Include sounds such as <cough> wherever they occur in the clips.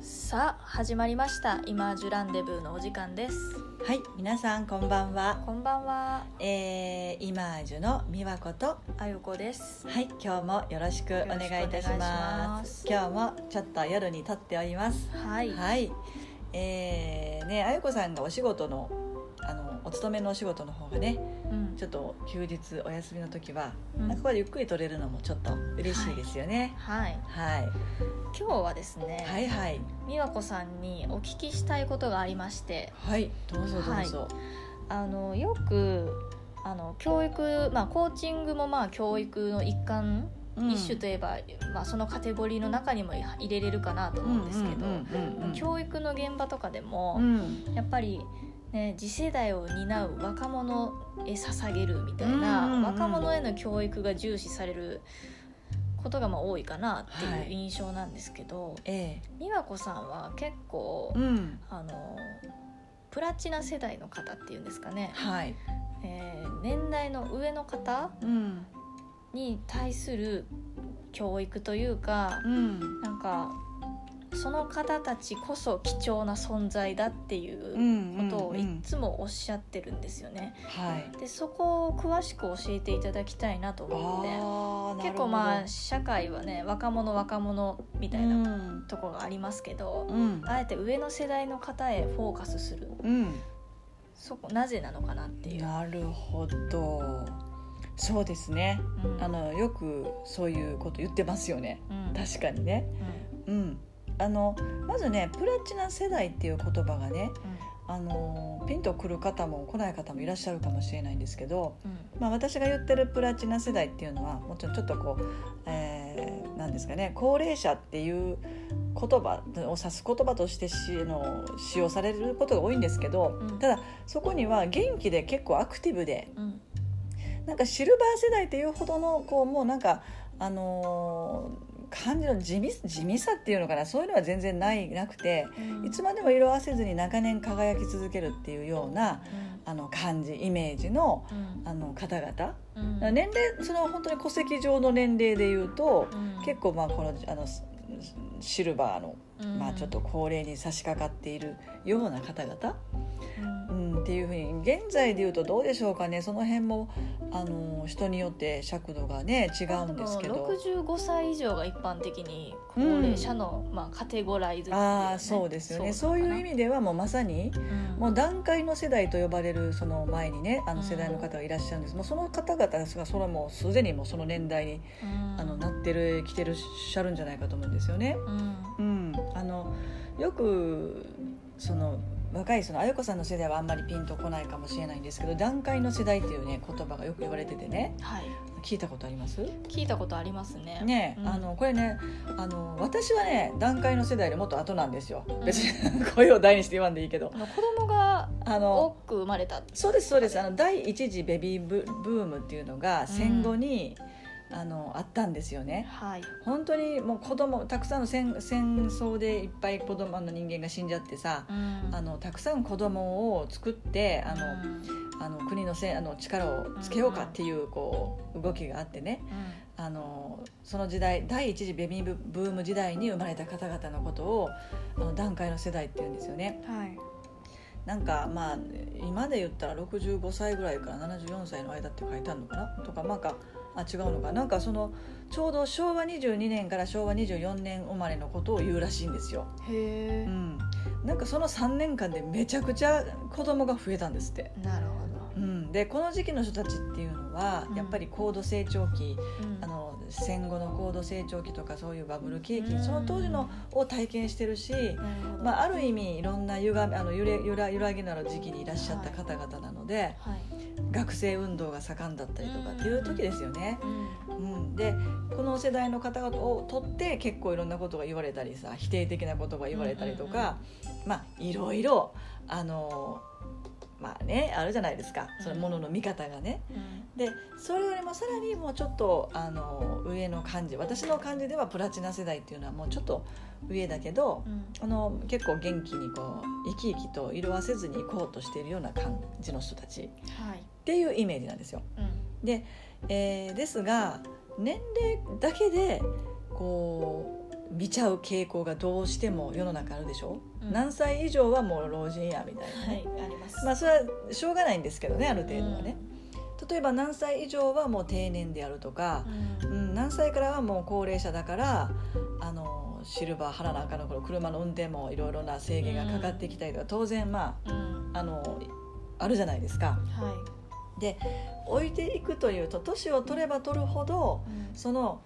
さあ始まりました今ジュランデブーのお時間ですはい、皆さんこんばんは。こんばんはえー、イマージュの美和子と、あゆこですはい、今日もよろしくお願いいたよろしくおし願いしまますす。今日もちょっと夜に撮っております。はい、はい、えー、ね、あゆこさんがお仕事の、あの、お勤めのお仕事の方がね、うんちょっと休日お休みの時は、うんなんかここでゆっくり撮れるのもちょっと嬉しいですよね。はいはい、今日はですね、はい、はい、美和子さんにお聞きしたいことがありましてはい、どうぞどうぞ。あのよくあの教育まあコーチングもまあ教育の一環、うん一種といえば、まあ、そのカテゴリーの中にも入れれるかなと思うんですけど、うんうんうんうん教育の現場とかでも、うんやっぱり、ね、次世代を担う若者へ捧げるみたいな、うんうんうん若者への教育が重視されることがまあ多いかなっていう印象なんですけど、え美和子さんは結構、えうん、あのプラチナ世代の方っていうんですかね、はい、えー年代の上の方うん、に対する教育というか、うん、なんかその方たちこそ貴重な存在だっていうう。ん、ことをいっうんつもおっしゃってるんですよね。はい。でそこを詳しく教えていただきたいなと思ってあー結構まなある社会はね若者若者みたいほどなところがありますけど、うん、あえて上の世代の方へフォーカスするうん、そこなぜなのかなっていう。なるほど。そうですね。うんあのよくそういうこと言ってますよね。うん確かにね。うんうん。あのまずねプラチナ世代っていう言葉がね、あのピンとくる方も来ない方もいらっしゃるかもしれないんですけど、うんまあ私が言ってるプラチナ世代っていうのはもちろんちょっとこう、えー、なんですかね高齢者っていう言葉を指す言葉としてしあの使用されることが多いんですけど、うんただそこには元気で結構アクティブでうんうんなんかシルバー世代っていうほどのこうもうなんかあのー感じの地味地味さっていうのかなそういうのは全然ないなくてうんいつまでも色褪せずに長年輝き続けるっていうようなうんあの感じイメージのうんあの方々うん年齢その本当に戸籍上の年齢でいうとうん結構まあこのあのシルバーの、うんまあ、ちょっと高齢に差し掛かっているような方々、うんうん、っていうふうに現在でいうとどうでしょうかねその辺もあの人によって尺度がね違うんですけど。 65歳以上が一般的に高齢者の、まあ、カテゴライズっていああそうですよねそういう意味ではもうまさにもう段階の世代と呼ばれるその前にねあの世代の方がいらっしゃるんです、もうその方々がそれはもうすでにもうその年代にあのなってる来てるっしゃるんじゃないかと思うんですよね。うん、あのよくその若いそのあや子さんの世代はあんまりピンとこないかもしれないんですけど段階の世代っていうね言葉がよく言われててねはい、聞いたことあります聞いたことありますね。ね、うんあのこれねあの私はね段階の世代でもっと後なんですよ別に <laughs> 声を大にして言わんでいいけどあの子供があ多のく生まれた。そうですそうですあの第一次ベビーブブームっていうのが戦後に、あのあったんですよね。はい。本当にもう子供たくさんの戦戦争でいっぱい子供の人間が死んじゃってさうんあのたくさん子供を作ってあの、あの国のせあの力をつけようかっていうこう動きがあってねあのその時代第一次ベビーブブーム時代に生まれた方々のことをあの段階の世代っていうんですよね。うんはい。なんかまあ今で言ったら65歳ぐらいから74歳の間って書いてあるのかなとかなんかあ違うのかなんかそのちょうど昭和22年から昭和24年生まれのことを言うらしいんですよ、へうえ、ん、なんかその3年間でめちゃくちゃ子供が増えたんですって、なるほうん、でこの時期の人たちっていうのはうんやっぱり高度成長期、ど。うんあの戦後の高度成長期とかそういうバブル景うん気その当時のを体験してるし、なるほど。まあ、ある意味いろんなゆがみあの揺れ揺ら揺らぎのある時期にいらっしゃった方々なので、はい。学生運動が盛んだったりとかっていう時ですよね。うんうん、でこの世代の方々をとって結構いろんなことが言われたりさ否定的なことが言われたりとか、まあいろいろあのまあねあるじゃないですかそのものの見方がね。うんでそれよりもさらにもうちょっとあの上の感じ私の感じではプラチナ世代っていうのはもうちょっと上だけど、うんあの結構元気にこう生き生きと色褪せずに行こうとしているような感じの人たちっはい。ていうイメージなんですよ。うんで、えーですが年齢だけでこう見ちゃう傾向がどうしても世の中あるでしょ、うん何歳以上はもう老人やみたいな、はねいあります、まあそれはしょうがないんですけどねある程度はね、うん例えば何歳以上はもう定年であるとか、うん、何歳からはもう高齢者だからあのシルバー払わなあかんのこの車の運転もいろいろな制限がかかってきたりとか、当然まうんうんああのあるじゃないですか。は置いていくというと年を取れば取るほどい、うんその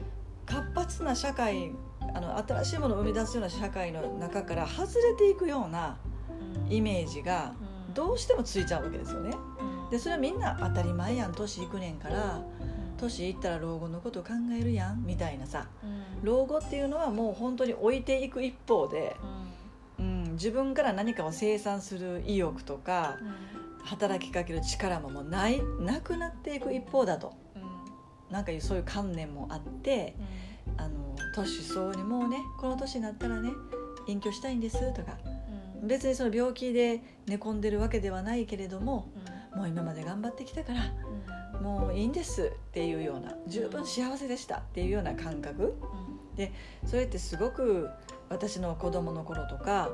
活発な社会あの新しいものを生み出すような社会の中から外れていくようなうんイメージがうんどうしてもついちゃうわけですよね。うんでそれはみんな当たり前やん年いくねんから年いったら老後のことを考えるやんみたいなさうん老後っていうのはもう本当に置いていく一方で、ううん、自分から何かを生産する意欲とかん働きかける力ももうないなくなっていく一方だとうんなんかいうそういう観念もあってあの年相応にもうねこの年になったらね隠居したいんですとかうん別にその病気で寝込んでるわけではないけれどもうんもう今まで頑張ってきたからもういいんですっていうような十分幸せでしたっていうような感覚それってすごく私の子供の頃とか、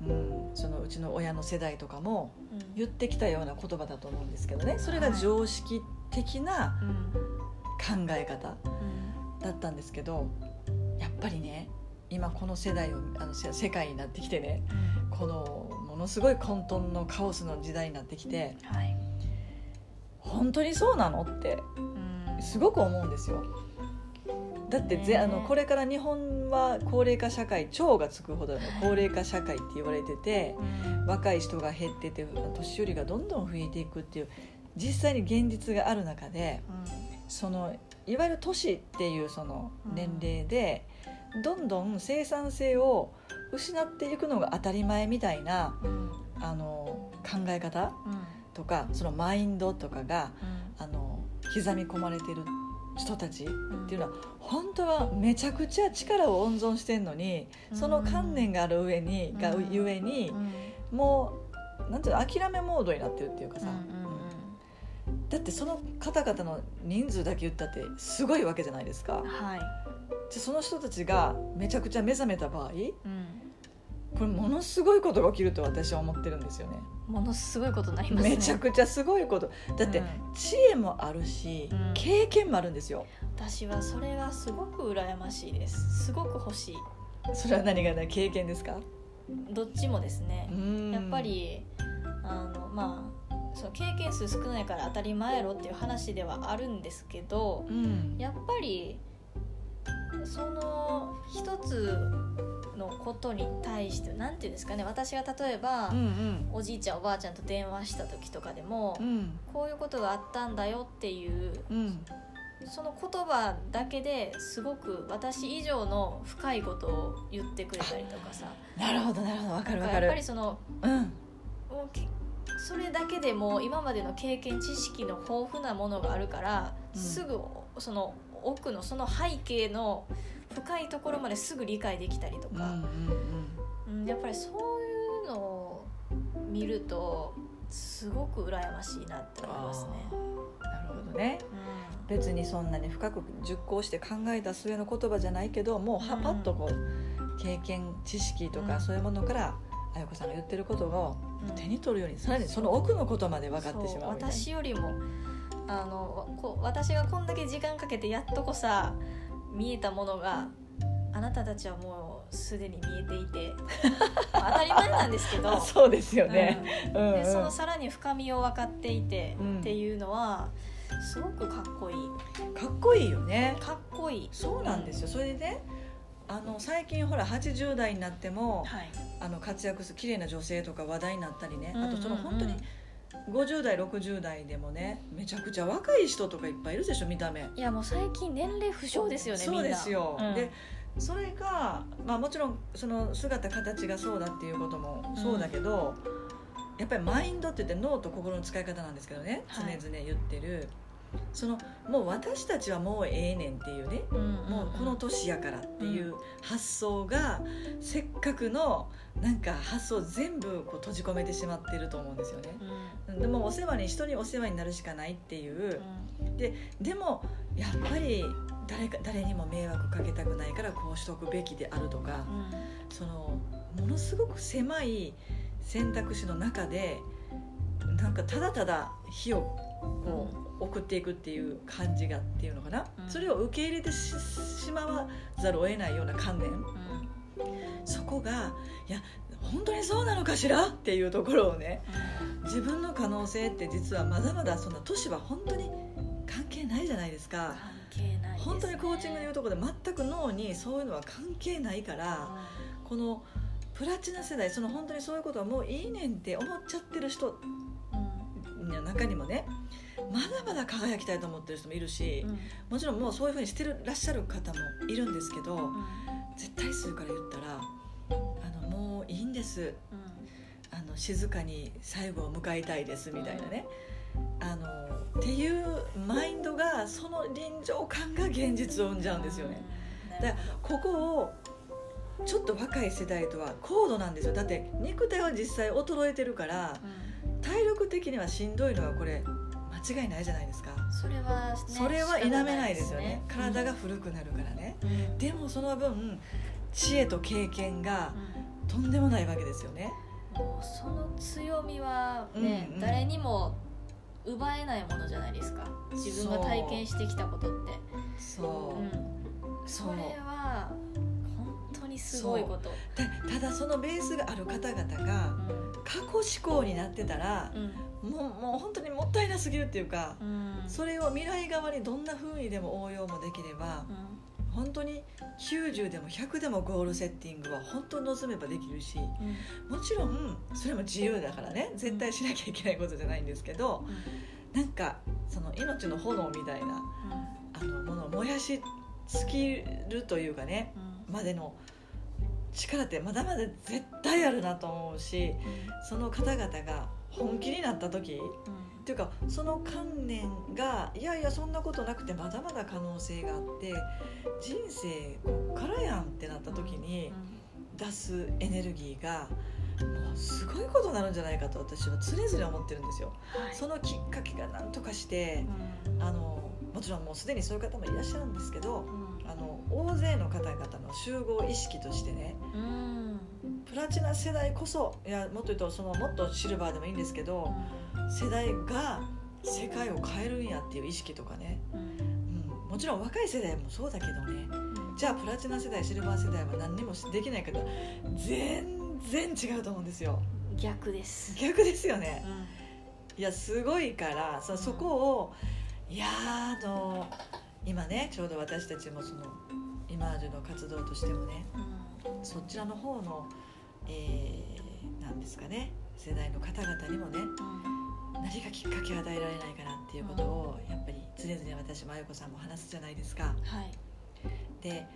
うん、そのうちの親の世代とかもうん言ってきたような言葉だと思うんですけどねそれが常識的なうん考え方だったんですけどやっぱりね今この世代をあのせ世界になってきてねうんこのものすごい混沌のカオスの時代になってきてはい本当にそうなのってうんすごく思うんですよだってぜ、ねあのこれから日本は高齢化社会超がつくほどの高齢化社会って言われててうん若い人が減ってて年寄りがどんどん増えていくっていう実際に現実がある中でそのいわゆる都市っていうその年齢で、どんどん生産性を失っていくのが当たり前みたいなうんうんあの考え方うんとかそのマインドとかがうんあの刻み込まれてる人たちうんっていうのは本当はめちゃくちゃ力を温存してんのにその観念がある上に、うんがゆえにう、んもうなんていうの諦めモードになってるっていうかさ、うんうんだってその方々の人数だけ言ったってすごいわけじゃないですかうんはいじゃあその人たちがめちゃくちゃ目覚めた場合うんこれものすごいことが起きると私は思ってるんですよねものすごいことになりますねめちゃくちゃすごいことだってうん知恵もあるし、うん経験もあるんですよ私はそれがすごく羨ましいですすごく欲しいそれは何がない経験ですかどっちもですねうんやっぱりあのまあその経験数少ないから当たり前やろっていう話ではあるんですけどうんやっぱりその一つのことに対して何て言うんですかね私が例えば、うんうんおじいちゃんおばあちゃんと電話した時とかでも、うんこういうことがあったんだよっていううんその言葉だけですごく私以上の深いことを言ってくれたりとかさなるほどなるほどわかるなわんかかるやっぱりそのうんもうけそれだけでもう今までの経験知識の豊富なものがあるから、うんすぐその奥のその背景の深いところまですぐ理解できたりとうんか、うんうんやっぱりそういうのを見るとすごく羨ましいなって思いますね。あーなるほどねうん別にそんなに深く熟考して考えた末の言葉じゃないけどもうはうんパッとこう経験知識とうかんそういうものからあやこさんが言ってることをうん手に取るようにさらにその奥のことまで分かってしそうまうみたいな私よりもあのこ私がこんだけ時間かけてやっとこさ見えたものがあなたたちはもうすでに見えていてまあ当たり前なんですけどあ <laughs> そうですよね。うんうんうんでそのさらに深みを分かっていて、うんっていうのはすごくかっこいいかっこいいよね。かっこいい、そうなんですよそれでねあの最近ほら80代になってもはい、あの活躍する綺麗な女性とか話題になったりねうんうんあうんとその本当に50代60代でもねめちゃくちゃ若い人とかいっぱいいるでしょ見た目。いやもう最近年齢不詳ですよねみんそなうですよ、うんでそれが、まあ、もちろんその姿形がそうだっていうこともそうだけど、やっぱりマインドって言って脳と心の使い方なんですけどね、はい常々言ってるそのもう私たちはもうええねんっていうねもうこの年やからっていう発想がせっかくのなんか発想を全部こう閉じ込めてしまってると思うんですよね。でもお世話に人にお世話になるしかないっていうでもやっぱり誰か誰にも迷惑かけたくないからこうしとくべきであるとかそのものすごく狭い選択肢の中でなんかただただ火をこう送っていくっていう感じがっていうのかな、うんそれを受け入れてししまわざるを得ないような観念そこがいや本当にそうなのかしらっていうところをね自分の可能性って実はまだまだそんな年は本当に関係ないじゃないですか関係ない本当にコーチングで言うとところで全く脳にそういうのは関係ないからこのプラチナ世代その本当にそういうことはもういいねんって思っちゃってる人の中にもねまだまだ輝きたいと思ってる人もいるし、もちろんもうそういうふうにしてるらっしゃる方もいるんですけど絶対数から言ったらあのもういいんですあの静かに最後を迎えたいですみたいなね、あのっていうマインドがその臨場感が現実を生んじゃうんですよね。だからここをちょっと若い世代とは高度なんですよだって肉体は実際衰えてるから体力的にはしんどいのはこれ間違いないじゃないですか。それはそれは否めないですよね体が古くなるからね、でもその分知恵と経験がとんでもないわけですよねもうその強みはね、うんうん誰にも奪えないものじゃないですか自分が体験してきたことって、そうう、ん、そそうれは本当にすごいことでただそのベースがある方々が過去思考になってたらう、んもうもう本当にもったいなすぎるっていうか、うんうんそれを未来側にどんな風にでも応用もできればう本当に90でも100でもゴールセッティングは本当に望めばできるしんうんもちろんそれも自由だからね絶対しなきゃいけないことじゃないんですけど、なんかその命の炎みたいなあのものを燃やし尽きるというかねうんまでの力ってまだまだ絶対あるなと思うしその方々が本気になった時っていうかその観念がいやいやそんなことなくてまだまだ可能性があって人生こっからやんってなった時に出すエネルギーがもうすごいことになるんじゃないかと私は常々思ってるんですよ。はいそのきっかけが何とかしてうんあのもちろんもうすでにそういう方もいらっしゃるんですけどうんあの大勢の方々の集合意識としてねうんプラチナ世代こそいやもっと言うとそのもっとシルバーでもいいんですけど世代が世界を変えるんやっていう意識とかね、うんうん、もちろん若い世代もそうだけどねうんじゃあプラチナ世代シルバー世代は何にもできない方全然違うと思うんですよ逆です逆ですよねうんいやすごいからそそこをいやーあの今ねちょうど私たちもそのイマージュの活動としてもねうんそちらの方の、えーなんですかね世代の方々にもね何がきっかけを与えられないかなっていうことをやっぱり常々私もあゆこさんも話すじゃないですか。はいで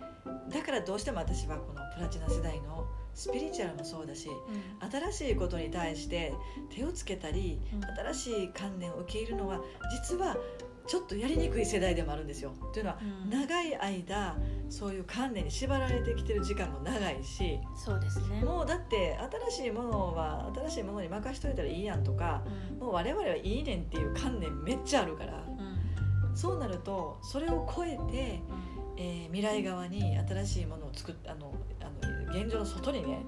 だからどうしても私はこのプラチナ世代のスピリチュアルもそうだしうん新しいことに対して手をつけたりうん新しい観念を受け入れるのは実はちょっとやりにくい世代でもあるんですよ。というのはうん長い間そういう観念に縛られてきてる時間も長いしそうですねもうだって新しいものは新しいものに任しといたらいいやんとかうんもう我々はいいねんっていう観念めっちゃあるからうんそうなるとそれを超えて、うんえー未来側に新しいものを作っあのあの現状の外にね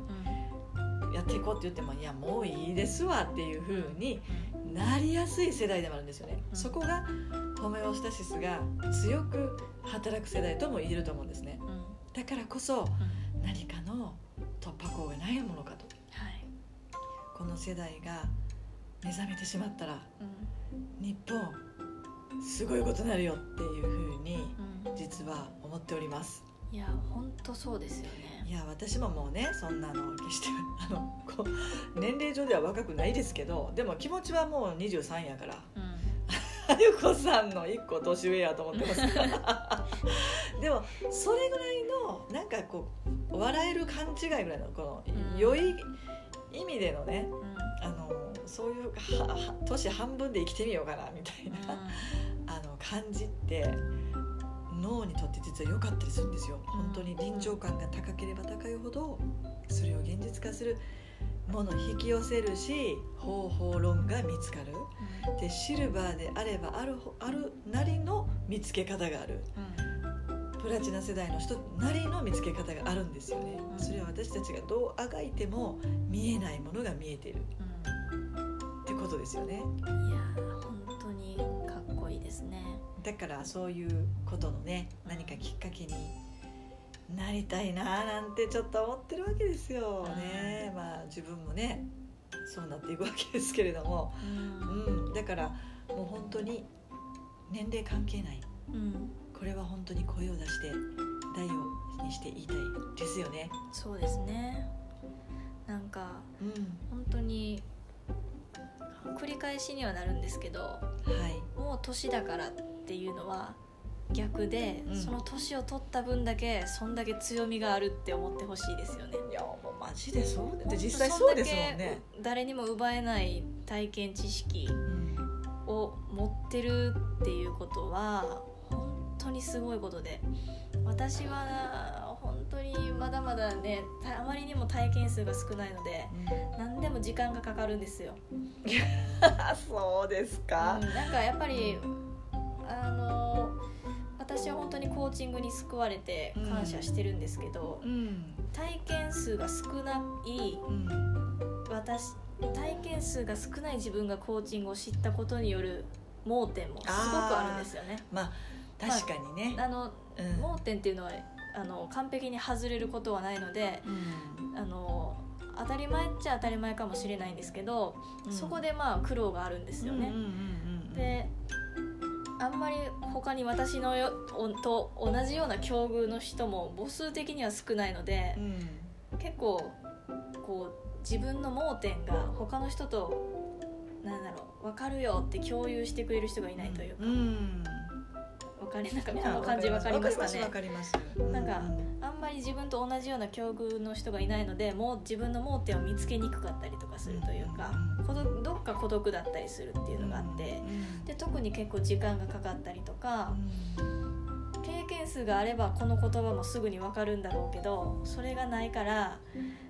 うんやっていこうって言ってもいやもういいですわっていう風になりやすい世代でもあるんですよね、うんそこがホメオスタシスが強く働く世代とも言えると思うんですねうんうんだからこそうん何かの突破口がないものかとはいこの世代が目覚めてしまったらうん日本すごいことになるよっていうふうにうん実は思っておりますいや本当そうですよねいや私ももうねそんなの決してあのこう年齢上では若くないですけどでも気持ちはもう23やからうんあゆこさんの一個年上やと思って <laughs> ますでもそれぐらいのなんかこう笑える勘違いぐらいのこのうん良い意味でのねあのそういうはは年半分で生きてみようかなみたいな、あの感じって脳にとって実は良かったりするんですよ本当に臨場感が高ければ高いほどそれを現実化するもの引き寄せるし方法論が見つかるでシルバーであればあるほあるなりの見つけ方があるプラチナ世代の人なりの見つけ方があるんですよねそれは私たちがどうあがいても見えないものが見えているってことですよねいやー本当にかっこいいですねだからそういうことのね何かきっかけになりたいなーなんてちょっと思ってるわけですよねまあ自分もねそうなっていくわけですけれども、うんうん、だからもう本当に年齢関係ないうんこれは本当に声を出して大をにして言いたいですよね。そうですねなんかうん、本当に繰り返しにはなるんですけどはい、もう年だからっていうのは逆で、うんその年を取った分だけそんだけ強みがあるって思ってほしいですよねいやもうマジでそうで実際ほそんうとですもんね。そだけ誰にも奪えない体験知識うんを持ってるっていうことは本当にすごいことで私は本当にまだまだねたあまりにも体験数が少ないので何でも時間がかかるんですよ、 <laughs> そうですうん、なんかやっぱりあの私は本当にコーチングに救われて感謝してるんですけど、うん、体験数が少ないうん、私体験数が少ない自分がコーチングを知ったことによる盲点もすごくあるんですよね。まあ確かにね。あのうん盲点っていうのはあの完璧に外れることはないのでうんあの当たり前っちゃ当たり前かもしれないんですけど、うんそこでまあ苦労があるんですよね。うんうんうんうんであんまり他に私のよおと同じような境遇の人も母数的には少ないのでう、ん結構こう自分の盲点が他の人となんだろう分かるよって共有してくれる人がいないというか、ん分かりなんかこいやの感じ分かりますかわねかります。わかりますなんかううあんまり自分と同じような境遇の人がいないのでもう自分の盲点を見つけにくかったりとかするというかうん孤独どっか孤独だったりするっていうのがあってうんで特に結構時間がかかったりとかうん経験数があればこの言葉もすぐに分かるんだろうけどそれがないから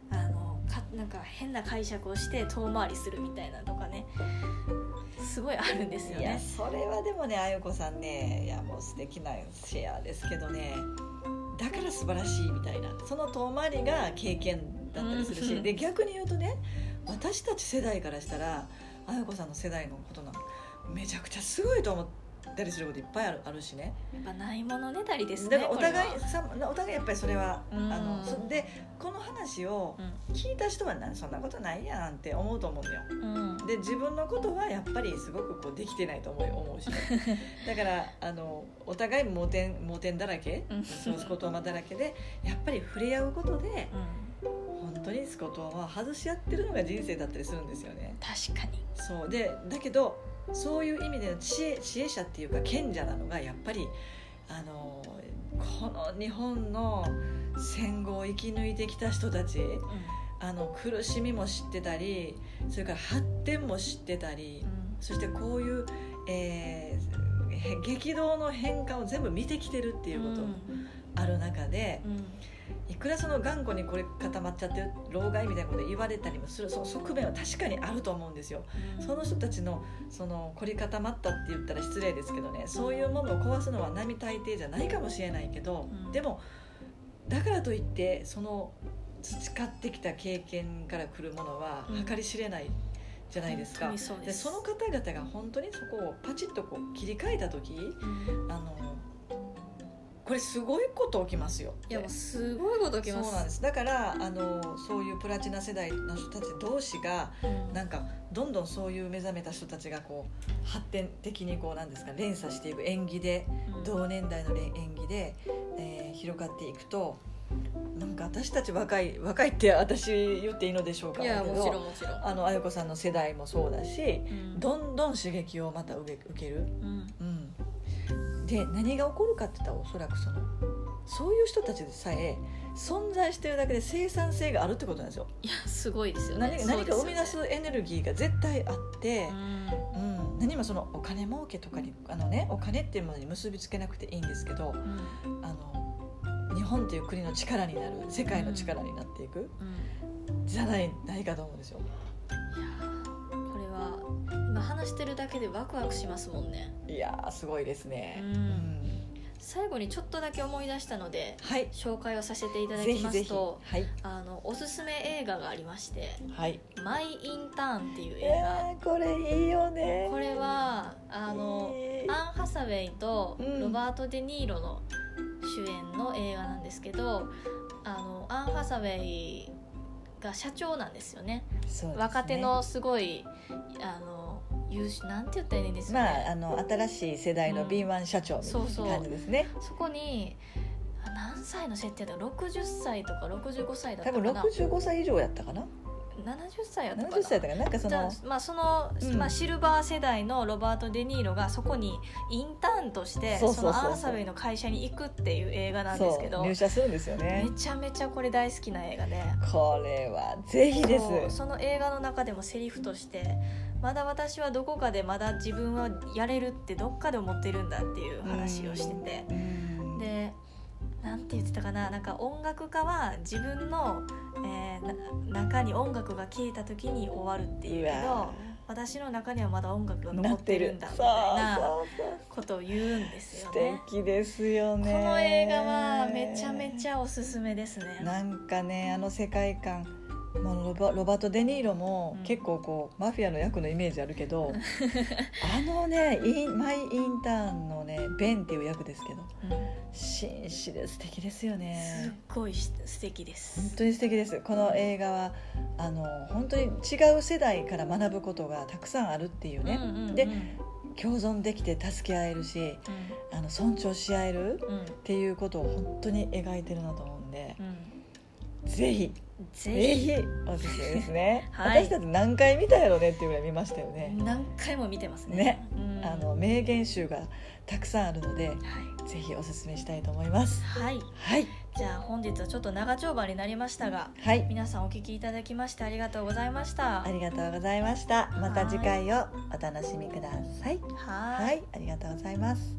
あのかなんか変な解釈をして遠回りするみたいなとかねすごいあるんですよいやね。それはでもねあゆこさんねいやもう素敵なシェアですけどねだから素晴らしいみたいなその遠回りが経験だったりするし、うんで逆に言うとね私たち世代からしたらあゆこさんの世代のことなんかめちゃくちゃすごいと思ったりすることいっぱいあるあるしねやっぱないものねだりですね。だからお互こいさお互いやっぱりそれは、うんあのそでこの話をれは聞いた人はなそんなことないやんって思うと思うんだよ。うんで自分のことはやっぱりすごくこうできてないと思う思 <laughs> うしだからあのお互い盲点盲点だらけうんそうスコトーマだらけでやっぱり触れ合うことでうん本当にスコトーマを外し合ってるのが人生だったりするんですよね。確かに。そうでだけどそういう意味での知恵知恵者っていうか賢者なのがやっぱりあのこの日本の戦後を生き抜いてきた人たちあの苦しみも知ってたりそれから発展も知ってたり。そしてこういう、えーへ激動の変化を全部見てきてるっていうことある中で、うんいくらその頑固にこれ固まっちゃってる老害みたいなこと言われたりもするその側面は確かにあると思うんですよ。うんその人たちのその凝り固まったって言ったら失礼ですけどねそういうものを壊すのは並大抵じゃないかもしれないけど、うんでもだからといってその培ってきた経験から来るものはうん計り知れないじゃないですか。本当にそうでです。その方々が本当にそこをパチッとこう切り替えた時うんあのこれすごいこと起きますよいやもうすごいこときまそうす。なんですだからあのそういうプラチナ世代の人たち同士がうんなんかどんどんそういう目覚めた人たちがこう発展的にこうなんですか連鎖していく縁起で同年代の連縁起で、えー広がっていくとなんか私たち若い <laughs> 若いって私言っていいのでしょうかいやだけどもちろんもちろん。あのあゆこさんの世代もそうだしうんどんどん刺激をまた受け受ける、うんうん、で何が起こるかって言ったらおそらくそのそういう人たちでさえ存在してるだけで生産性があるってことなんですよ。いやすごいですよね何何か生み出すそうエネルギーが絶対あってで、すよねうん何もそのお金儲けとかにあの、ね、お金っていうものに結びつけなくていいんですけどうんあの日本という国の力になる世界の力になっていくうんじゃないないかと思うんですよ。いやーこれは今話してるだけでワクワクしますもんねいやーすごいですね。うん最後にちょっとだけ思い出したのではい紹介をさせていただぜきひまぜすひとはいあのおすすめ映画がありましてはい。 「マイ・インターン」っていうい映やーこれいいよね画。これはあのいいアン・ハサウェイとうんロバート・デ・ニーロの主演の映画なんですけど、あのアン・ハサウェイが社長なんですよねそうですね若手のすごいあの優秀なんて言ったらいいんですかね、まああの新しい世代の敏腕社長みたそうそういな感じですね。そこにあ何歳の設定だ60歳とか65歳だった多か分な六十五歳以上やったかな。 70歳やった七か十な歳だからなんかそじゃのあまあその、うんまあ、シルバー世代のロバート・デ・ニーロがそこにインターンとしてそうそうそうそうのアンサウェイの会社に行くっていう映画なんですそけうど入社するんですよねめ。ちゃめちゃこれ大好きな映画でこれはぜひでそうす。その映画の中でもセリフとして「まだ私はどこかでまだ自分はやれるってどっかで思ってるんだ」っていう話をしてて。うんでなんて言ってたかななんか音楽家は自分の、えーな中に音楽が消えた時に終わるっていうけうわど私の中にはまだ音楽がな残っっててるるんだみたそういなそうそうことを言うんですよ素ね。敵ですよこね。の映画はめちゃめちゃおすすめですね。なんかねあの世界観まあ、ロバロバート・デ・ニーロもうん結構こう、マフィアの役のイメージある <laughs> けどあのねインマイ・インターンのねベンっていう役ですけどうん紳士で素敵ですよすっねごいし素敵で本す。当に素敵ですこの映画はあの本当に違う世代から学ぶことがたくさんあるっていうね、うんうんうんで共存できて助け合えるしあの尊重し合えるうんうんっていうことを本当に描いてるなと思うんで、うんぜひぜぜひ、ひおすすめですね <laughs> はい私たち何回見たやろねっていうぐらい見ましたよね、何回も見てますね。ねうんあの名言集がたくさんあるのでぜひおすすめしたいと思いますはい、はい、はいじゃあ本日はちょっと長丁場になりましたが。はい皆さんお聞きいただきましてありがとうございましたあ。りがとうございましたまた次回をお楽しみくださいはーいはいありがとうございます